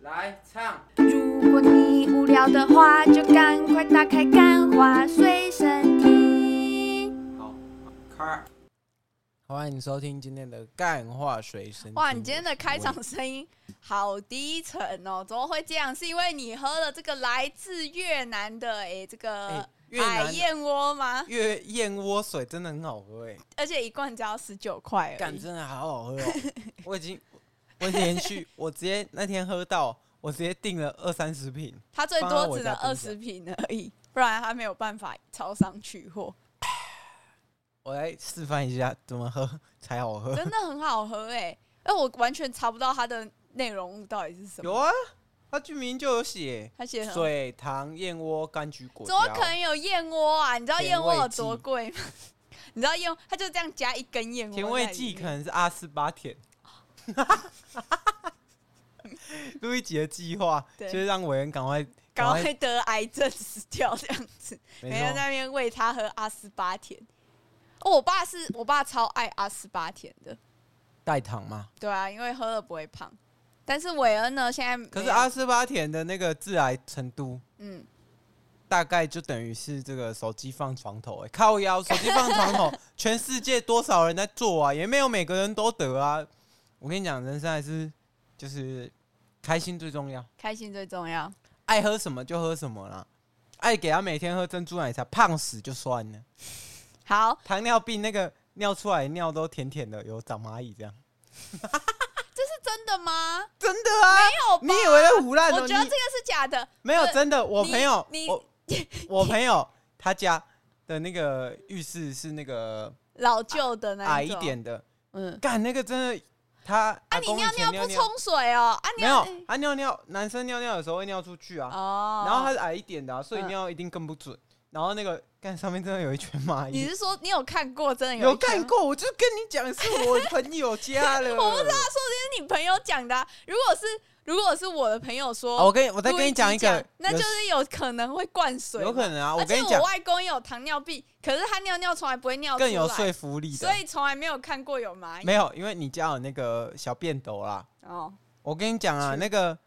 来唱，如果你无聊的话，就赶快打开《干花随身听好，开。欢迎收听今天的干话随身听。哇，你今天的开场声音好低沉哦，怎么会这样？是因为你喝了这个来自越南的诶、这个哎越南海燕窝吗？月燕窝水真的很好喝哎，而且一罐只要十九块而干已。真的好好喝 哦！我已经我连续我直接那天喝到，我直接订了二三十瓶。它最放在多我只能家二冰箱十瓶而已，不然它没有办法超商 取货，我来示范一下怎么喝才好喝。真的很好喝诶、哎，我完全查不到它的内容物到底是什有么。啊，它剧名就有写它写很好水糖燕窝柑橘果怎么胶可能有燕窝啊？你知道甜燕窝味有剂多贵吗？ 你知道燕，它就这样加一根燕窝在里甜面，味剂可能是阿斯巴 甜。录一集的计划就对是让伟恩赶快赶快得癌症死掉这样子，每没天错在那边喂他喝阿斯巴甜。哦，我爸是我爸超爱阿斯巴甜的，代糖嘛。对啊，因为喝了不会胖。但是韦恩呢，现在没有可是阿斯巴甜的那个致癌程度，嗯，大概就等于是这个手机放床头、欸，靠腰，手机放床 头，全世界多少人在做啊？也没有每个人都得啊。我跟你讲，人生还是就是开心最重要，开心最重要。爱喝什么就喝什么啦。爱给他每天喝珍珠奶茶，胖死就算了。好，糖尿病那个尿出来的尿都甜甜的，有长蚂蚁这样，这是真的吗？真的啊？没有吧？你以为在胡乱我哦？觉得你这个是假的。没有不是真的，我你朋友，你 我我朋友他家的那个浴室是那个老旧的那矮一一种，点的，嗯。干那个真的，他啊，阿你公以尿前尿尿不冲水哦？啊，你没有，他尿尿，男生尿尿有时候会尿出去啊，哦。然后他是矮一点的啊，所以嗯尿一定更不准。然后那个干上面真的有一圈蚂你蚁，是说你有看过真的有一圈看吗过，我就跟你讲是我朋友家了。 我不知道，说不定是你朋友讲的啊、如果是如果是我的朋友说，啊我跟你我再路跟易你讲吉一个，那有就是有可能会灌水嘛，有可能啊。我而且跟你讲我，外公也有糖尿病，可是他尿尿从来不会尿出来，更有说服力的所。以从来没有看过有蚂蚁。没有，因为你家有那个小便斗啦。哦，我跟你讲啊，是那个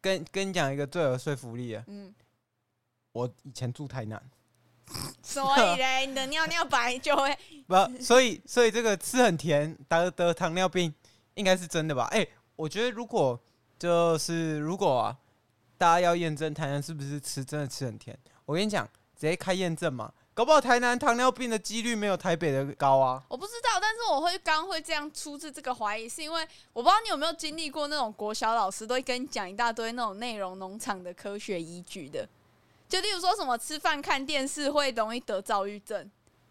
跟跟你讲一个最有说服力的，嗯，我以前住台南，所以嘞，你的尿尿本来就会，不，所以所以这个吃很甜，得得糖尿病应该是真的吧？哎、我觉得如果就是如果啊，大家要验证台南是不是吃真的吃很甜，我跟你讲，直接开验证嘛，搞不好台南糖尿病的几率没有台北的高啊。我不知道，但是我会刚会这样出自这个怀疑，是因为我不知道你有没有经历过那种国小老师都会跟你讲一大堆那种内容农场的科学依据的，就例如说什么吃饭看电视会容易得躁郁症。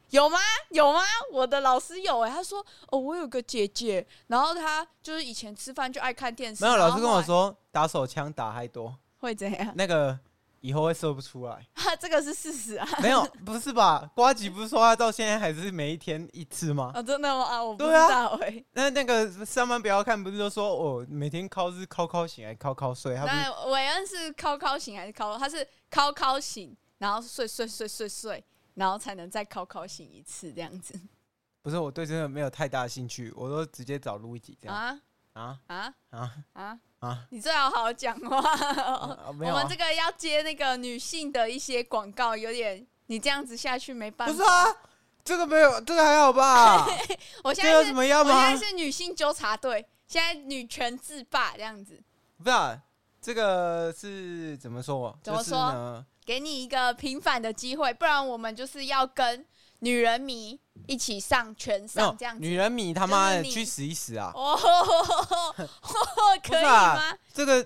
有吗？有吗？我的老师有哎、他说哦，我有个姐姐，然后她就是以前吃饭就爱看电视，没有，然后老师跟我后来说打手枪打太多，会怎样？ 那个以后会射不出来。哈，这个是事实啊！没有，不是吧？瓜吉不是说他到现在还是每一天一次吗？哦，真的吗？啊，我不知对啊道哎、那那个上班不要看，不是都说我、哦、每天靠是靠靠醒来靠靠睡，他不是那韦恩是靠靠醒还是靠？他是靠靠醒，然后睡睡睡睡睡，然后才能再靠靠醒一次这样子不是我对这个没有太大的兴趣，我都直接找录一集这样啊啊啊啊啊！啊你最好好好 讲话哦。啊！没有我啊们这，个要接那个女性的一些广告，有点你这样子下去没办不法。是啊，这个没有，这个还好 吧？我现这有在什是，么样我现吗在？是女性纠察队，现在女权自霸这样子。不是啊，这个是怎么说？怎么就是说呢？给你一个平反的机会，不然我们就是要跟女人迷一起上全没有上这样子。女人迷他妈的就是你去死一死啊！ 哦，可以吗？这个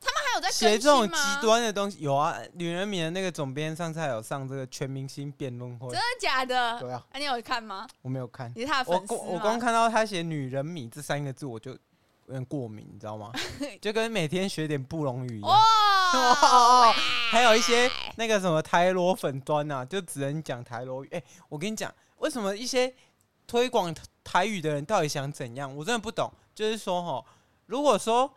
他有在写更啊这种新极吗？端的东西有啊，女人迷的那个总编上次还有上这个全明星辩论会真，的假的？对啊，啊，你有看吗？我没有看，你是他的我粉丝光吗我光看到他写“女人迷”这三个字，我就有点过敏，你知道 吗？就跟每天学点布隆语一样。 哦，还有一些那个什么台罗粉端啊，就只能讲台罗语。哎、我跟你讲，为什么一些推广台语的人到底想怎样？我真的不懂。就是说，哈，如果说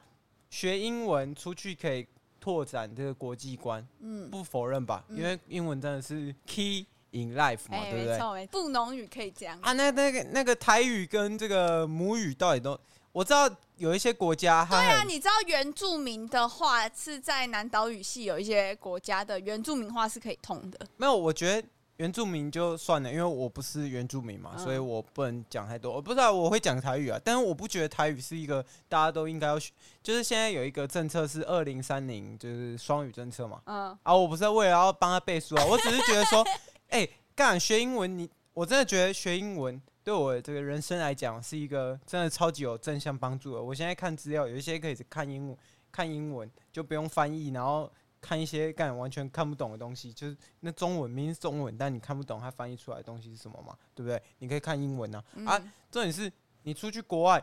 学英文出去可以拓展这个国际观，嗯，不否认吧？因为英文真的是 key in life 嘛，哎，对不没对？啊错，没错，布农语可以这样。啊，那那个那个台语跟这个母语到底都，我知道有一些国家它对啊，很你知道原住民的话是在南岛语系有一些国家的原住民话是可以通的，没有，我觉得原住民就算了，因为我不是原住民嘛，嗯所以我不能讲太多。我不知道我会讲台语啊，但是我不觉得台语是一个大家都应该要学。就是现在有一个政策是二零三零，就是双语政策嘛。嗯，啊，我不是为了要帮他背书啊，我只是觉得说，哎、干学英文你，我真的觉得学英文对我这个人生来讲是一个真的超级有正向帮助的。我现在看资料，有一些可以看英文，看英文就不用翻译，然后看一些干完全看不懂的东西，就是那中文明明是中文，但你看不懂它翻译出来的东西是什么嘛，对不对？你可以看英文啊，啊，嗯重点是你出去国外，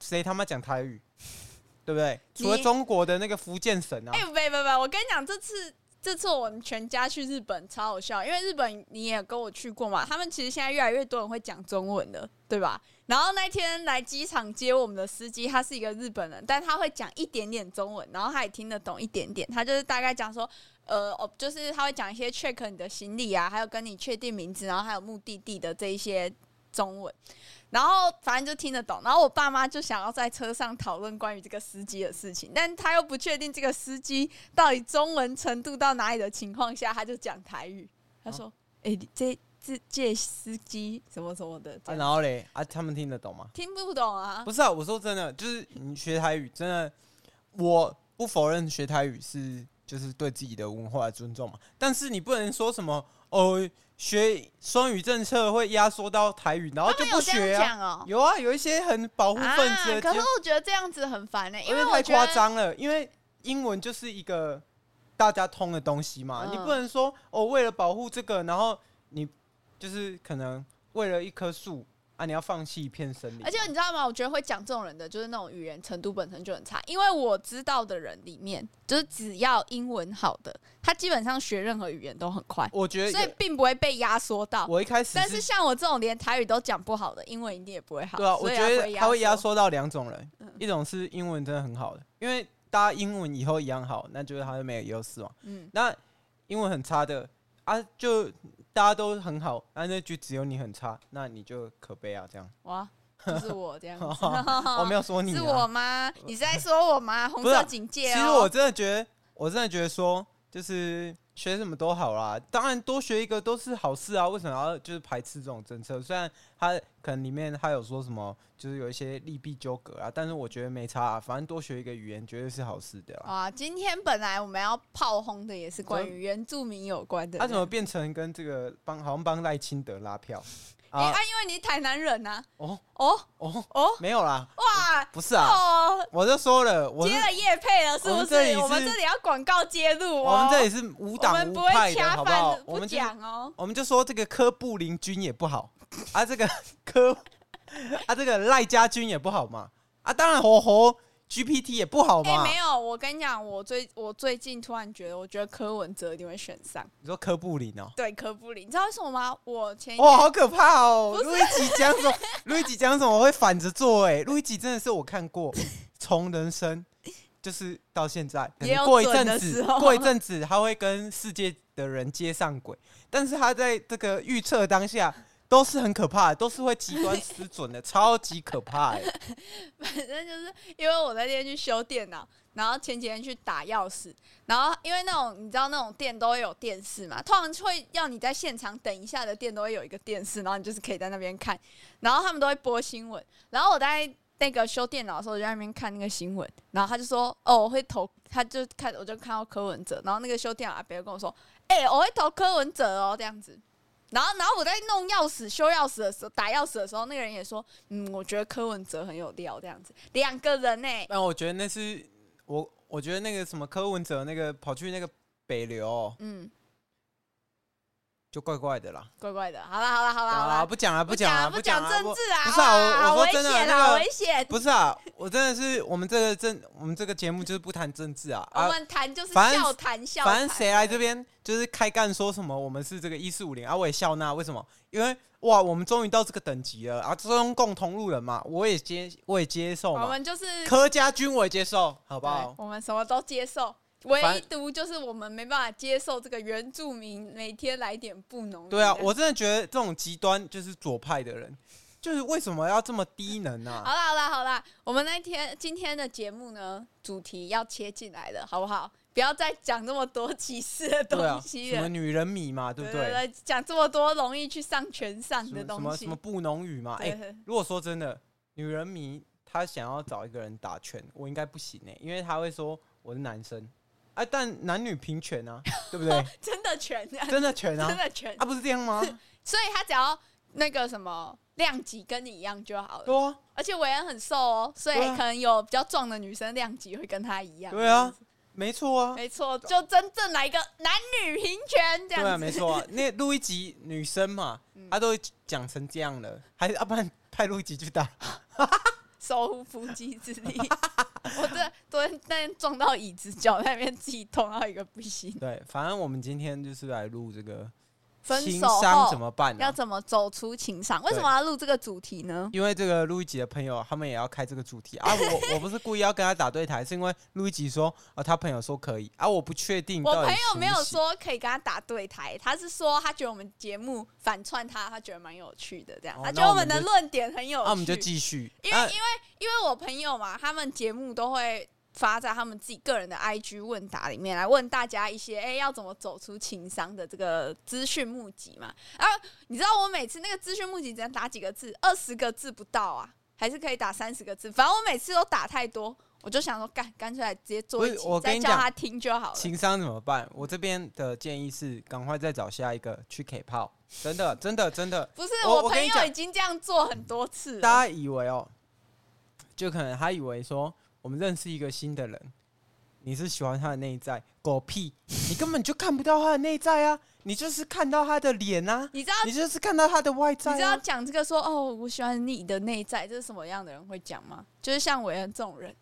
谁他妈讲台语，对不对？除了你中国的那个福建省啊哎、，不不不，我跟你讲，这次这次我们全家去日本超好笑，因为日本你也跟我去过嘛，他们其实现在越来越多人会讲中文了，对吧？然后那天来机场接我们的司机，他是一个日本人，但他会讲一点点中文，然后他也听得懂一点点，他就是大概讲说。呃，哦，就是他会讲一些 check 你的行李啊，还有跟你确定名字，然后还有目的地的这一些中文，然后反正就听得懂。然后我爸妈就想要在车上讨论关于这个司机的事情，但他又不确定这个司机到底中文程度到哪里的情况下，他就讲台语。他说：“哎、你这这这司机什么什么的，啊、这样然后嘞啊，他们听得懂吗？听不懂啊。不是啊，我说真的，就是你学台语，真的，我不否认学台语是就是对自己的文化的尊重嘛。但是你不能说什么哦，学双语政策会压缩到台语，然后就他们不有这学样啊。讲哦、有啊，有一些很保护啊分子的，可就是我觉得这样子很烦呢、欸因为我太觉得夸张了，因为英文就是一个大家通的东西嘛，嗯你不能说哦，为了保护这个，然后你就是可能为了一棵树啊，你要放弃一片森林，而且你知道吗？我觉得会讲这种人的，就是那种语言程度本身就很差。因为我知道的人里面，就是只要英文好的，他基本上学任何语言都很快，我 觉得所以并不会被压缩到。我一开始但是像我这种连台语都讲不好的，英文一定也不会好。对啊，我所以觉得他他会压压缩。缩到两种人嗯，一种是英文真的很好的，因为大家英文以后一样好，那就是他就没有优势嘛。嗯，那英文很差的啊，就大家都很好，那那句只有你很差，那你就可悲啊，这 样。 哇，就是我这样子，我没有说你、啊，是 我吗？你是在说我吗？红不是色啊警戒其哦。实我真的觉得，我真的觉得说，就是学什么都好啦，当然多学一个都是好事啊。为什么要就是排斥这种政策？虽然它可能里面它有说什么，就是有一些利弊纠葛啊，但是我觉得没差、啊，反正多学一个语言绝对是好事的啊。啊，今天本来我们要炮轰的也是关于原住民有关的。他、怎么？变成跟这个帮好像帮赖清德拉 票哎啊啊？，因为你台南人呐。哦哦哦，哦，没有啦，哇不是啊，哦，我就说了，我是接了叶配了，是我不们这里是？我们是这里要广告接入哦。我们这里是无我党们无不派会的，掐好不好饭？我不们就是讲哦。我们就说这个柯布林军也不好啊，这个 柯啊这个赖家军也不好嘛啊，当然火猴 GPT 也不好哎、嘛。没有，我跟你讲，我最我最近突然觉得，我觉得柯文哲一定会选上。你说柯布林哦，对，柯布林，你知道为什么吗？我前一哇，好可怕哦！路易吉讲什么？路易吉讲什么？我会反着做哎、路易吉真的是我看过从人生就是到现在，可也有能过一准阵的时子，候过一阵子他会跟世界的人接上轨，但是他在这个预测当下。都是很可怕的，都是会极端失准的，超级可怕哎、反正就是因为我那天去修电脑，然后前几天去打钥匙，然后因为那种你知道那种店都会有电视嘛，通常会要你在现场等一下的店都会有一个电视，然后你就是可以在那边看，然后他们都会播新闻，然后我在那个修电脑的时候我就在那边看那个新闻，然后他就说哦我会投，他就看我就看到柯文哲，然后那个修电脑阿伯就跟我说，哎、我会投柯文哲哦这样子。然后，然后我在弄钥匙、修钥匙的时候，打钥匙的时候，那个人也说：“嗯，我觉得柯文哲很有料。”这样子，两个人呢、欸但我觉得那是我，我觉得那个什么柯文哲那个跑去那个北流，嗯，就怪怪的啦。怪怪的。好啦，好啦，好啦，好啊，啦，不讲了，不讲了，不讲讲啦政不治啊，不是啊哇我好我危说真的险那啊，个好危险。不是啊，我真的是我们这个政，我们这个节目就是不谈政治啊 我啊，们谈就是反正笑谈笑谈，反正谁来这边就是开干说什么我们是这个一四五零啊，我也笑纳，为什么？因为哇，我们终于到这个等级了啊，中共同路人嘛，我也接我也接受我嘛，们就是柯家军我也接受，好不对好，？我们什么都接受。唯反独就是我们没办法接受这个原住民每天来点布农。啊对啊，我真的觉得这种极端就是左派的人，就是为什么要这么低能啊呢、好啦好啦好啦，我们那天今天的节目呢，主题要切进来了，好不好？不要再讲那么多歧视的对啊，东西什了，么女人迷嘛，对不对对？讲这么多容易去上权上什的么什东么西什么，布农语嘛？哎、对对如果说真的，女人迷她想要找一个人打拳，我应该不行哎、因为她会说我是男生，哎、但男女平权啊，对不 对？ 真的全啊，真的拳真啊，的全啊，不是这样吗？所以他只要那个什么量级跟你一样就好了。对啊，而且韦恩很瘦哦，所以对啊可能有比较壮的女生量级会跟他一样。对啊，没错啊，没错，就真正来一个男女平权这对啊，样没子。嗯错啊。那录一集女生嘛，她都讲成这样了，还是要啊不然派录一集去打？ 手无缚鸡之力。 我这昨天那天撞到椅子，脚在那边自己痛到一个不行。对，反正我们今天就是来录这个分情手商后怎么办、要啊？怎么走出情伤？为什么要录这个主题呢？因为这个录一集的朋友，他们也要开这个主题啊。我我不是故意要跟他打对台，是因为录一集说，哦，他朋友说可以啊，我不确定。我朋友没有，说可以跟他打对台，他是说他觉得我们节目反串他，他觉得蛮有趣的，这样、哦他那觉得我我们们的就论点很有那、趣。我们就继续。因为、因为因为我朋友嘛，他们节目都会发在他们自己个人的 IG 问答里面来问大家一些哎、诶要怎么走出情商的这个资讯募集嘛。然后你知道我每次那个资讯募集只能打几个字，二十个字不到啊，还是可以打三十个字，反正我每次都打太多。我就想说，干干脆来直接做一不是集我，跟再你叫讲他听就好了。情商怎么办？我这边的建议是，赶快再找下一个去 K 炮。真的，真的，真的，不是我我我跟朋你友讲已经这样做很多次了，大家以为哦，就可能他以为说我们认识一个新的人，你是喜欢他的内在，狗屁，你根本就看不到他的内在啊，你就是看到他的脸啊，你知道你就是看到他的外在、啊，你知道讲这个说哦，我喜欢你的内在，这是什么样的人会讲吗？就是像韦恩这种人，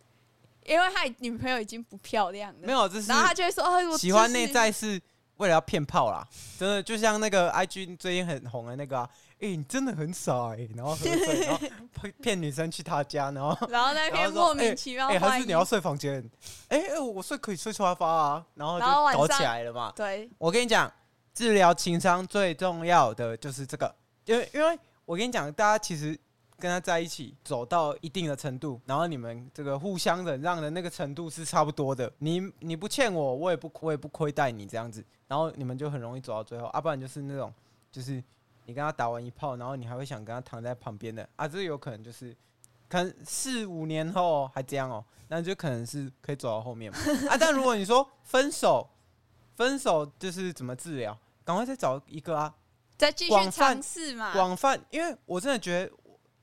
因为他女朋友已经不漂亮了，没，有？这是然后他就会说，哦，我喜欢就是内，在是为了要骗炮啦，真的就像那个 IG 最近很红的那个、啊，哎、你真的很傻哎、然后喝醉，然后骗女生去他家，然后 然后那然后边说莫名其妙哎、还换是衣你要睡房间？哎、哎、我睡可以睡沙发啊，然后就然后晚搞上起来了嘛。对，我跟你讲，治疗情商最重要的就是这个，因为因为我跟你讲，大家其实跟他在一起走到一定的程度，然后你们这个互相忍让的那个程度是差不多的，你你不欠我，我也不我也不亏待你这样子，然后你们就很容易走到最后，要、不然就是那种就是你跟他打完一炮，然后你还会想跟他躺在旁边的啊，这有可能就是。可能四五年后还这样哦、那就可能是可以走到后面嘛啊。但如果你说分手，分手就是怎么治疗，赶快再找一个啊，再继续广泛尝试嘛，广泛，因为我真的觉得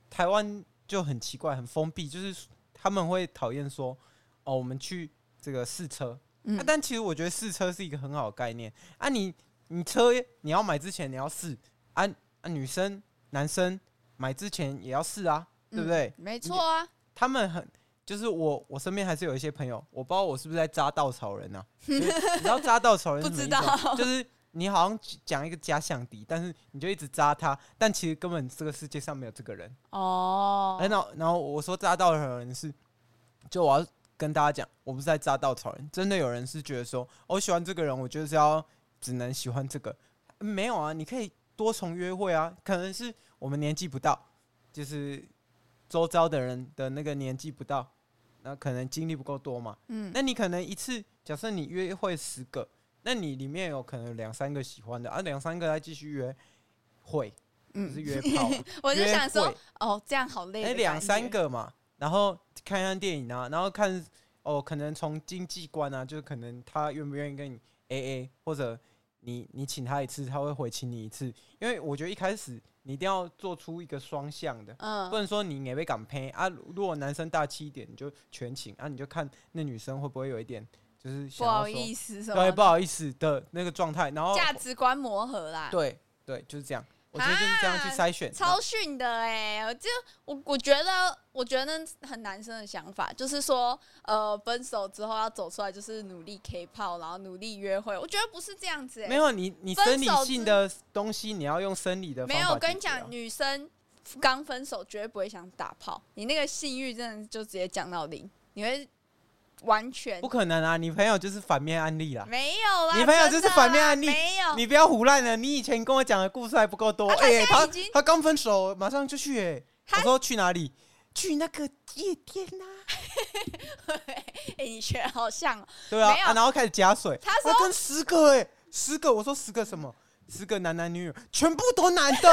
台湾就很奇怪，很封闭，就是他们会讨厌说哦，我们去这个试车、嗯啊，但其实我觉得试车是一个很好的概念啊你，你车你要买之前你要试啊啊，女生男生买之前也要试啊，对不对？嗯没错啊，他们很就是我我身边还是有一些朋友，我不知道我是不是在扎稻草人啊？ 就是你知道扎稻草人是不什么知意思吗道就是你好像讲一个假想敌，但是你就一直扎他，但其实根本这个世界上没有这个人。哦哎、，然后然后我说扎稻草人是，就我要跟大家讲，我不是在扎稻草人，真的有人是觉得说，哦我喜欢这个人，我就是要只能喜欢这个，没有啊，你可以多重约会啊，可能是我们年纪不到，就是周遭的人的那个年纪不到，那可能经历不够多嘛，嗯，那你可能一次，假设你约会十个，那你里面有可能两三个喜欢的啊，两三个再继续约会，就嗯是约炮， 我就约想说会，哦，这样好累的哎，感觉，两三个嘛，然后看看电影啊，然后看哦，可能从经济观啊，就是可能他愿不愿意跟你 A A，或者你你请他一次，他会回请你一次，因为我觉得一开始你一定要做出一个双向的。不嗯，能说你也被敢呸啊！如果男生大气一点，你就全请啊，你就看那女生会不会有一点就是不想要好说意思，什对么不好意思的那个状态，然后价值观磨合啦，对对就是这样，我觉得就是这样去筛选。啊超逊的哎、欸！就我我觉得，我觉得那很男生的想法，就是说，呃，分手之后要走出来，就是努力 K 炮，然后努力约会。我觉得不是这样子、欸，没有你，你分生理手性之的东西，你要用生理的方没有，法我跟解你决啊讲，女生刚分手绝对不会想打炮，你那个性欲真的就直接降到零，你会完全不可能啊！你朋友就是反面案例啦，没有啦。你朋友真就是的反面啦案例没有。你不要胡乱了。你以前跟我讲的故事还不够多。啊他哎、现在他已经他刚分手，马上就去、欸。他我说去哪里？去那个夜店啊。哎、你学得好像哦、对啊没有啊，然后开始加水。他我说跟十个哎、十个。我说十个什么？十个男男女女，全部都男的。这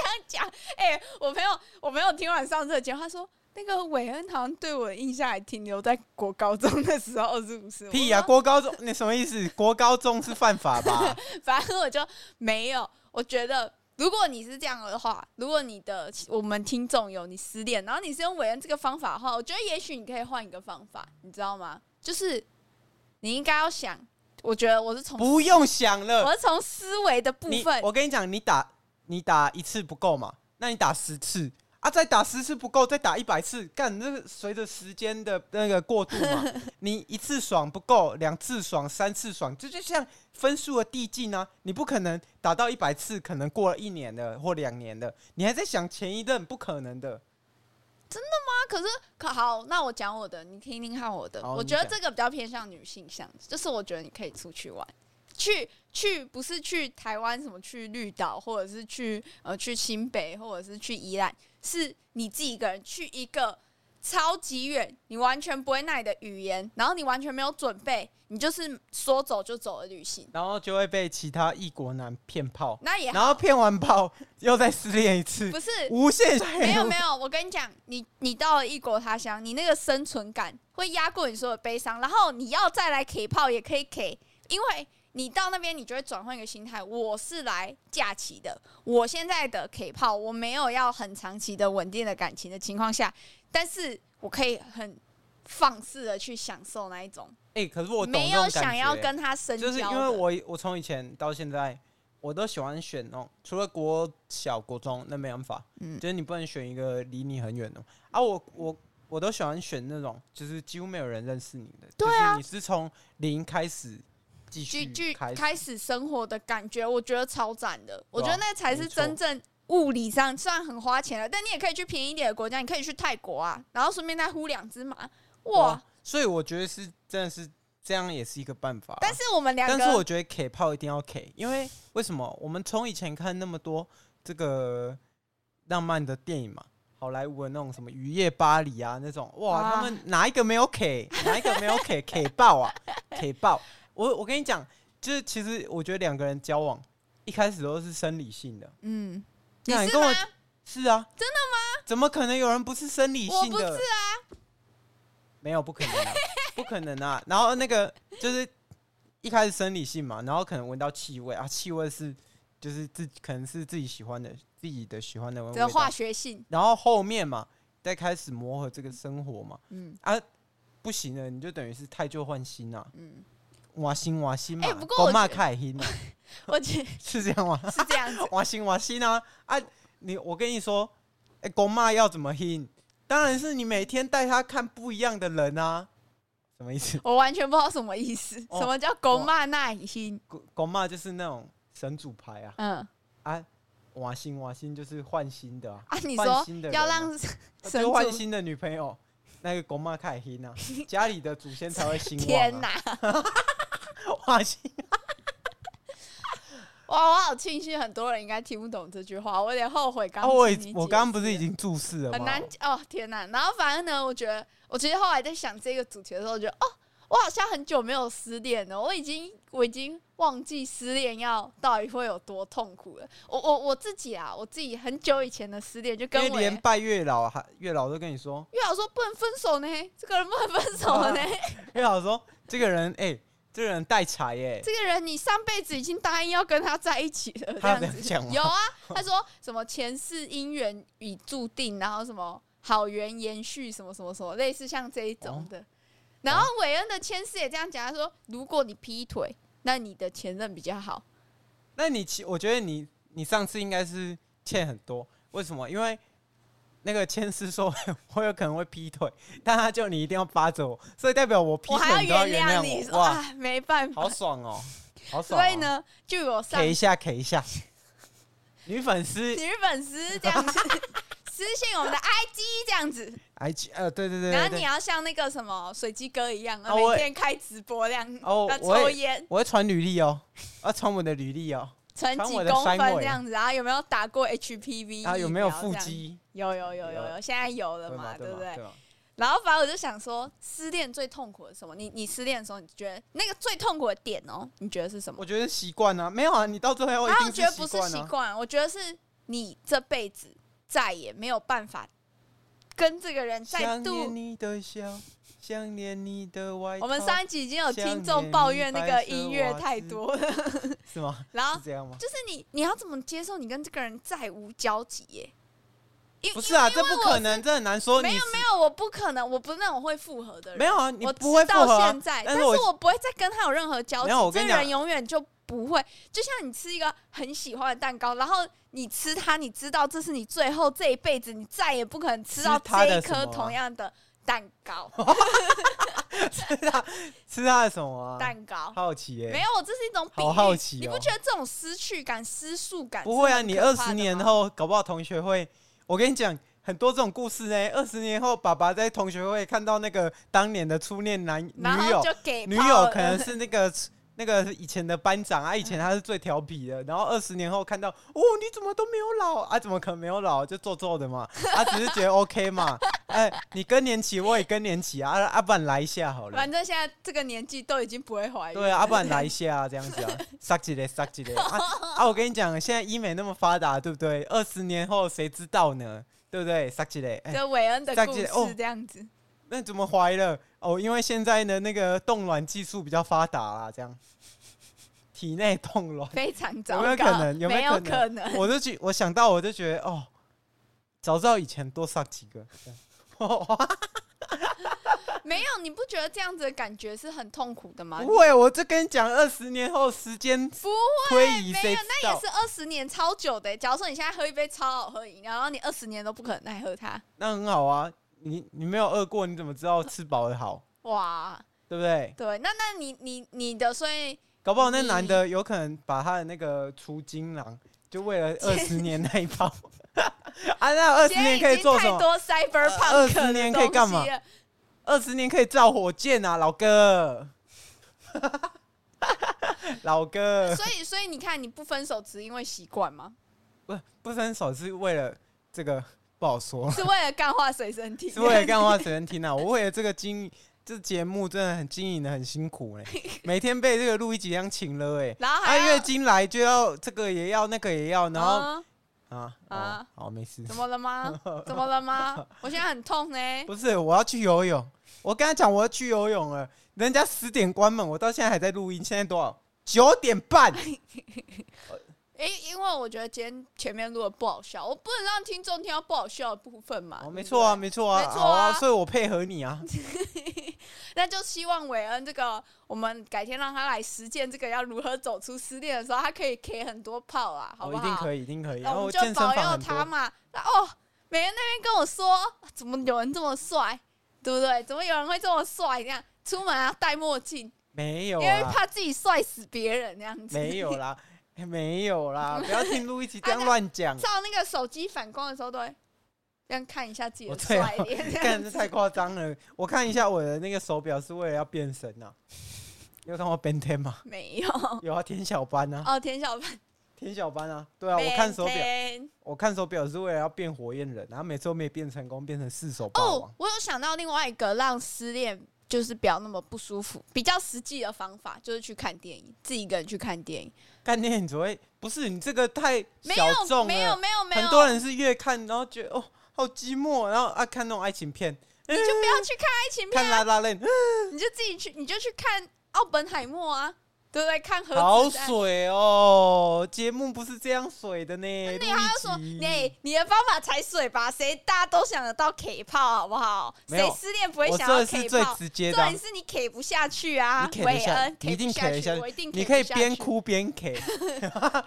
样讲。 哎、我朋友，我朋友听完上次的节目，他说那个韦恩好像对我的印象还停留在国高中的时候，是不是？屁我呀、说国高中你什么意思？国高中是犯法 吧？反正我就没有。我觉得，如果你是这样的话，如果你的我们听众有你失恋，然后你是用韦恩这个方法的话，我觉得也许你可以换一个方法，你知道吗？就是你应该要想，我觉得我是从不用想了我。是从思维的部你分，我跟你讲，你打你打一次不够嘛，那你打十次啊，再打十次不够，再打一百次，干那个随着时间的那个过渡 嘛，你一次爽不够，两次爽，三次爽，这就像分数的递进啊，你不可能打到一百次，可能过了一年的或两年的，你还在想前一任，不可能的。可是可好，那我讲我的，你听听看我的。好我你觉得讲这个比较偏向女性向，就是我觉得你可以出去玩，去去不是去台湾什么去绿岛，或者是去呃去新北，或者是去宜兰，是你自己一个人去一个超级远，你完全不会那里的语言，然后你完全没有准备，你就是说走就走的旅行，然后就会被其他异国男骗炮，那也然好后骗完炮又再失恋一次，不是无限 没有没有，有，我跟你讲，你你到了异国他乡，你那个生存感会压过你所有悲伤，然后你要再来 K 炮也可以 K，因为你到那边你就会转换一个心态，我是来假期的，我现在的 K 炮我没有要很长期的稳定的感情的情况下，但是我可以很放肆的去享受那一种，哎、可是我懂没那有种感想要觉跟他深交就的，是因为我我从以前到现在，我都喜欢选那种除了国小、国中，那没办法，嗯就是你不能选一个离你很远的啊。我我我都喜欢选那种就是几乎没有人认识你的，对啊就是你是从零开始继去续去开始，啊开始生活的感觉，我觉得超赞的。我觉得那才是没错真正物理上虽然很花钱了，但你也可以去便宜一点的国家，你可以去泰国啊，然后顺便再呼两只马，哇！，所以我觉得是真的是这样也是一个办法啊、但是我们两但是我个觉得 K 炮一定要 K，因为为什么？我们从以前看那么多这个浪漫的电影嘛，好莱坞的那种什么《雨夜巴黎》啊那种，哇，啊他们哪一个没有 K？哪一个没有 K？K 爆啊，K 爆！我我跟你讲，就是其实我觉得两个人交往一开始都是生理性的，嗯，你那你是跟我吗？是啊，真的吗？怎么可能有人不是生理我性不是的？啊，没有，不可能、啊， 不可能啊！然后那个就是一开始生理性嘛，然后可能闻到气味啊，气味是就是自己可能是自己喜欢的，自己的喜欢的味这道。化学性，然后后面嘛，再开始磨合这个生活嘛，嗯啊，不行了，你就等于是太旧换新啊，嗯，瓦新瓦新嘛，哎不过我觉得骂开心啊，我觉得是这样吗？是 。这样子瓦新瓦新啊啊！你我跟你说，哎、公骂要怎么hin？当然是你每天带他看不一样的人啊，什么意思？我完全不知道什么意思，哦什么叫狗骂耐心？狗狗骂就是那种神主牌啊嗯啊，瓦新瓦新就是换新的啊，啊，你换说新的人要啊让神就换主新的女朋友，那个狗骂开心 啊，家里的祖先才会兴天旺哪啊，！瓦新哇，我好庆幸很多人应该听不懂这句话，我有点后悔刚啊，刚我请已你我解刚刚不释是已经注释了吗？很难哦，天哪！然后反正呢，我觉得我其实后来在想这个主题的时候，我觉得哦，我好像很久没有失恋了，我已经我已经忘记失恋要到底会有多痛苦了。我我我自己啊，我自己很久以前的失恋就因跟为我连拜月老还月老都跟你说，月老说不能分手呢，这个人不能分手啊了呢，月老说这个人哎、这个人带财欸耶，这个人你上辈子已经答应要跟他在一起了，这他有样这子样讲吗？有啊，他说什么前世姻缘已注定，然后什么好缘延续，什么什么什么，类似像这一种哦的。然后韦恩的前世也这样讲，他说如果你劈腿，那你的前任比较好。那你其我觉得你你上次应该是欠很多，为什么？因为那个千师说我有可能会劈腿，但他叫你一定要扒着我，所以代表我劈我还腿你都要要原原谅你，谅我，说哇，啊没办法。好爽哦，好爽、所以，呢，就我上 K 一下 K 一下，女粉丝 女粉丝这样子。私信我们的 IG 这样子， IG 呃，对对对然对后你啊对，要像那个什么水鸡哥一样，啊我每天开直播这样，哦要我抽也烟，我会传履历哦，我要传我的履历哦，存传几我的公分三围这样子，然后有没有打过 HPV？然后有没有疫苗这腹样？肌？有有有有有，现在有了嘛，对对不对对？吧？然后反正我就想说，失恋最痛苦的是什么？你你失恋的时候，你觉得那个最痛苦的点哦，你觉得是什么？我觉得习惯啊，没有啊，你到最后一然后我定觉得不习是习啊。惯，我觉得是你这辈子再也没有办法跟这个人再想度念你的笑，想念你的外套，我们上一集已经有听众抱怨那个音乐太多了，是吗？然后是这样吗？就是你你要怎么接受你跟这个人再无交集耶？因不是啊，因为这不可能，这很难说。没有你没有，我不可能，我不是那种会复合的人，没有啊，你我不会直复合到啊、现在，但但是我我不会再跟他有任何交集没有我，跟这你个讲人永远就不会。就像你吃一个很喜欢的蛋糕，然后你吃它，你知道这是你最后这一辈子，你再也不可能吃到吃它这的一什么颗啊同样的蛋 糕，吃他吃他的什么啊？蛋糕。好奇耶、没有，这是一种比喻。好好奇哦你不觉得这种失去感、失速感？不会啊，你二十年，后搞不好同学会，我跟你讲很多这种故事呢、二十年后，爸爸在同学会看到那个当年的初恋男然女后友，就给女哎泡友了可能是那个 那个以前的班长啊，以前他是最调皮的，然后二十年后看到，哦，你怎么都没有老啊？怎么可能没有老？就皱皱的嘛，啊，只是觉得 OK 嘛，哎、你更年期我也更年期啊，啊，啊不然来一下好了 反。正现在这个年纪都已经不会怀孕。对啊，啊不然来一下啊，这样子啊，杀几嘞，杀几嘞啊啊！我跟你讲，现在医美那么发达，对不对？二十年后谁知道呢？对不对？杀几嘞？哎这韦恩的再故见哦事这 样子，那怎么怀了？哦，因为现在呢，那个冻卵技术比较发达啦，这样 体内冻 卵。非常糟有糕。没有可能有没没有有可能可能？我就觉我想到我就觉得哦，早知道以前多杀几个。这样 没有，你不觉得这样子的感觉是很痛苦的吗？不会，我就跟你讲，二十年后时间不推移，没谁有知，那也道？是二十年超久的欸。假如说你现在喝一杯超好喝的饮料，然后你二十年都不可能再喝它，那很好啊，你你没有饿过，你怎么知道吃饱的 好？哇，对不对？对，那那你你你的，所以搞不好那你男的有可能把他的那个除精囊，就为了二 十年那一包 啊，那二十现在年已可以经做什太么？多 cyberpunk 呃的20年可以东干嘛西了二十年可以造火箭啊，老哥， 老哥，所以所以你看，你不分手只因为习惯吗？不不分手是为了这个不好说， 是为了干化随身 听？是为了干话只能听啊。我为了这个经这节目真的很经营的很辛苦 哎、每天被这个录一集这样请了哎、然后还啊，要月经来就要这个也要那个也要，然后啊啊啊啊，好没事。怎么了 吗？怎么了 吗？我现在很痛呢。不是，我要去游泳。我跟他讲我要去游泳了，人家十点关门，我到现在还在录音。现在多少？九点半。诶，因为我觉得今天前面录的不好笑，我不能让听众听到不好笑的部分嘛。哦，对没不错啊，对。没错啊，没错好啊啊，所以我配合你啊。那就希望韦恩这个，我们改天让他来实践这个要如何走出失恋的时候，他可以 K 很多炮啊，好我不哦一好？定可以，一定可以。那然我后们健就身保房佑很他多，嘛。那哦，美人那边跟我说，啊怎么有人这么帅，对不对？怎么有人会这么帅？这样出门啊戴墨镜，没有因为啦，怕自己帅死别人那样子。。没有啦， 哎没有啦，不要听录一集这样乱讲照那个手机反光的时候，都会这样看一下自己我的对啊 帅脸。这干样这子太夸张了！我看一下我的那个手表是为了要变身呐、 啊。你有看过 Ben 天吗？没有哦，有啊，田小班啊，田小潘。田小班啊，对啊，我看手表，天我看手表是为了要变火焰人，然后每次都没变成功，变成四手霸王哦。，我有想到另外一个让失恋就是不要那么不舒服、比较实际的方法，就是去看电影，自己一个人去看电影。概念你只会不是你这个太没小有，众没有，了，没有，没有。很多人是越看然后觉得哦好寂寞，然后啊看那种爱情片，你就不要去看爱 情看片，啊拉拉链，你就自己去，你就去看奥本海默啊，对不对？看核好子弹。啊水哦，节目不是这样水的呢。你还要说录一集你你的方法才水吧？谁大家都想得到 K 炮，好不好？没有谁失恋不会我想这要个 K 是最炮？直接的啊重点，是你 K 不下去啊，你 K 得韦下恩你一定 K 不 K 得下去，我一定 K 你可以不下边去，哭边 K，啊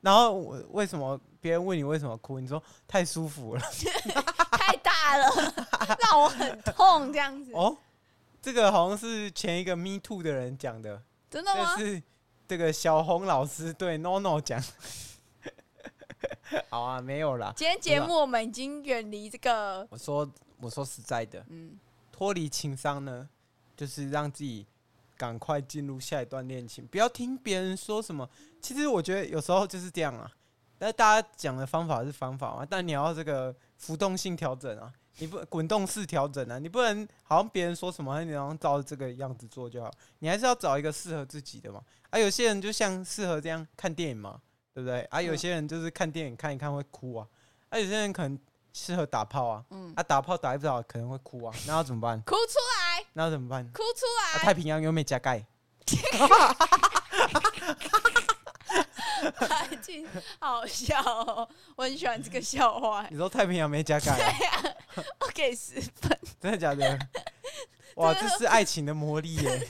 然后我为什么别人问你为什么哭，你说太舒服了。太大了， 让我很痛，这样子， 哦，这个好像是前一个 Me Too 的人讲的，真的这吗？是这个小红老师对 NONO 讲的。 好啊，没有啦。今天节目我们已经远离这个，我说我说实在的，嗯，脱离情商呢，就是让自己赶快进入下一段恋情，不要听别人说什么。其实我觉得有时候就是这样啊，但大家讲的方法是方法嘛，但你要这个浮动性调整啊，你不滚动式调整啊，你不能好像别人说什么，你好像照这个样子做就好，你还是要找一个适合自己的嘛。啊，有些人就像适合这样看电影嘛，对不对？啊，有些人就是看电影看一看会哭啊，啊，有些人可能适合打炮啊，嗯啊，打炮打一打可能会哭啊， 那要怎么办？哭出来，那要怎么办？哭出啊、来，太平洋有没加盖？ 好笑哦！我很喜欢这个笑话， 你说太平洋没加盖、啊，我给十分，真的假 的？哇，这是爱情的魔力耶！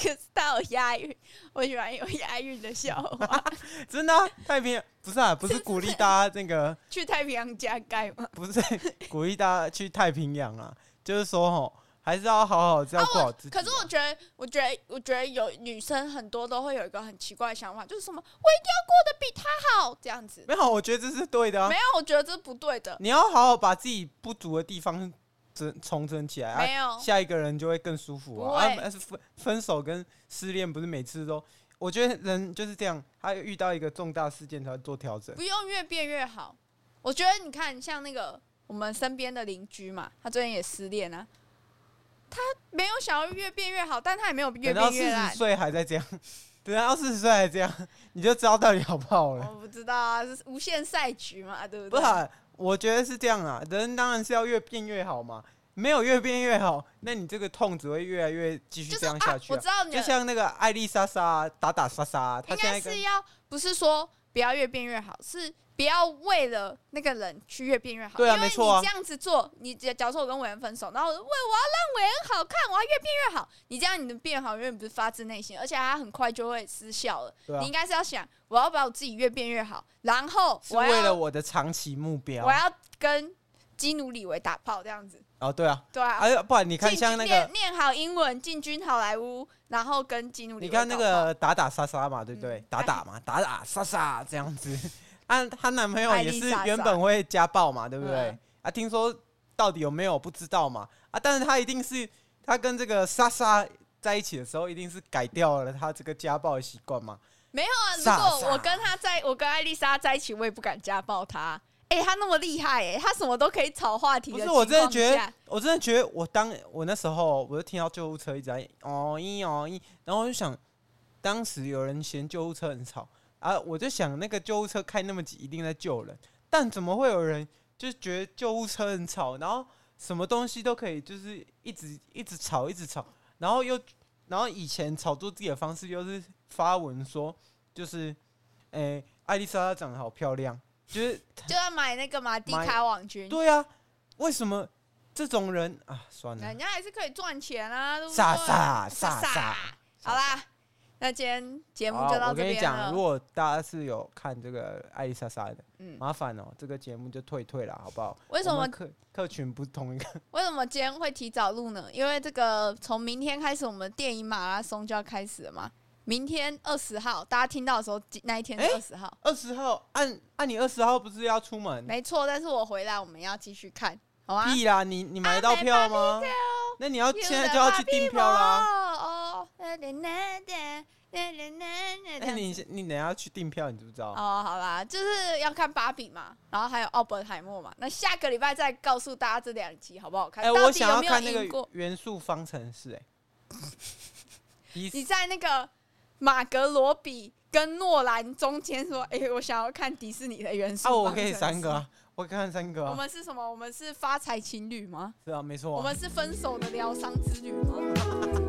可是它有押韵，我喜欢有押韵的笑话。真的啊、太平洋不是啊，不是鼓励大家那 个，去太平洋加盖吗？不是鼓励大家去太平洋啊，就是说吼，还是要好好照啊，顾好我自己、可是我觉得，我觉得，我觉得有女生很多都会有一个很奇怪的想法，就是什么我一定要过得比他好这样子。没有，我觉得这是对的啊没。有，我觉得这是不对的。你要好好把自己不足的地方整重整起来啊，没有，下一个人就会更舒服啊。不会啊，分分手跟失恋不是每次都，我觉得人就是这样，他遇到一个重大事件才会做调整。不用越变越好。我觉得你看，像那个我们身边的邻居嘛，他最近也失恋啊，他没有想要越变越好，但他也没有越等到变四越十烂。岁还在这样， 等到四十岁还这样，你就知道到底好不好了。我不知道啊，这是无限赛局嘛，对不不对？是啊、我觉得是这样啊，人当然是要越变越好嘛，没有越变越好，那你这个痛只会越来越继续就这是样下啊，去、我啊。知道你就的像那个艾丽莎莎打打杀杀，她应现在该跟是要不是说不要越变越好，是不要为了那个人去越变越好。对啊因为没你错啊这样子做，你假假如说我跟伟恩分手，然后我就为我要让伟恩好看，我要越变越好。你这样你的变好永远不是发自内心，而且他很快就会失效了。对啊你应该是要想，我要把我自己越变越好，然后是我为了要我的啊长期目标我。要跟基努里维打炮这样子。哦，对啊，对啊，哎、啊，不然你你看像那个念，念好英文，进军好莱坞，然后跟基努里你维看那打炮个打打杀杀嘛，对不对？嗯打打嘛，打打杀杀这样 子。啊，她男朋友艾也丽是莎莎原本会家暴嘛，对不对嗯？啊，听说到底有没有不知道嘛？啊，但是她一定是她跟这个莎莎在一起的时候，一定是改掉了她这个家暴的习惯嘛。没 有啊，如傻傻果我跟他在，我跟艾丽莎在一起，我也不敢家暴他。哎、他那么厉害、哎，他什么都可以炒话题不的情是，况下。我真的觉得，我真的觉得，我当我那时候，我就听到救护车一直在哦一哦一，然后我就想，当时有人嫌救护车很吵啊，我就想那个救护车开那么急，一定在救人，但怎么会有人就是觉得救护车很吵，然后什么东西都可以，就是一直一直吵，一直吵，然后又然后以前炒作自己的方式又是发文说，就是诶、艾丽莎莎长得好漂亮，就是就要买那个嘛，迪买卡网军，对啊，为什么这种人啊？算了人，家还是可以赚钱啊，对不对？傻 傻傻傻傻。好啦，那今天节目好就到我这跟你边讲，如了。果大家是有看这个艾丽莎莎的，嗯，麻烦哦、这个节目就退退了，好不好？为什我么们客客群不是同一个？ 为什么今天会提早录呢？因为这个从明天开始，我们电影马拉松就要开始了嘛。明天二十号，大家听到的时候，那一天是哎二十号。二十号，按按你二十号不是要出门？没啊错，但是我回来我们要继续看，好吗？屁啦，你你啊买到票吗？那你要 现在就要去订票啊啦。啦。哦，哎、你你等一下去订票，你知不知道？哦，好啦，就是要看芭比嘛，然后还有奥本海默嘛。那下个礼拜再告诉大家这两集好不好看？哎、到底我想有要没有看那赢个过？元素方程式、 哎，一你在那个马格罗比跟诺兰中间说，哎、我想要看迪士尼的元素。啊，我可以三个、。啊，我看三个、我啊，们是什么？我们是发财情侣吗？是啊，没错、啊。我们是分手的疗伤之旅吗？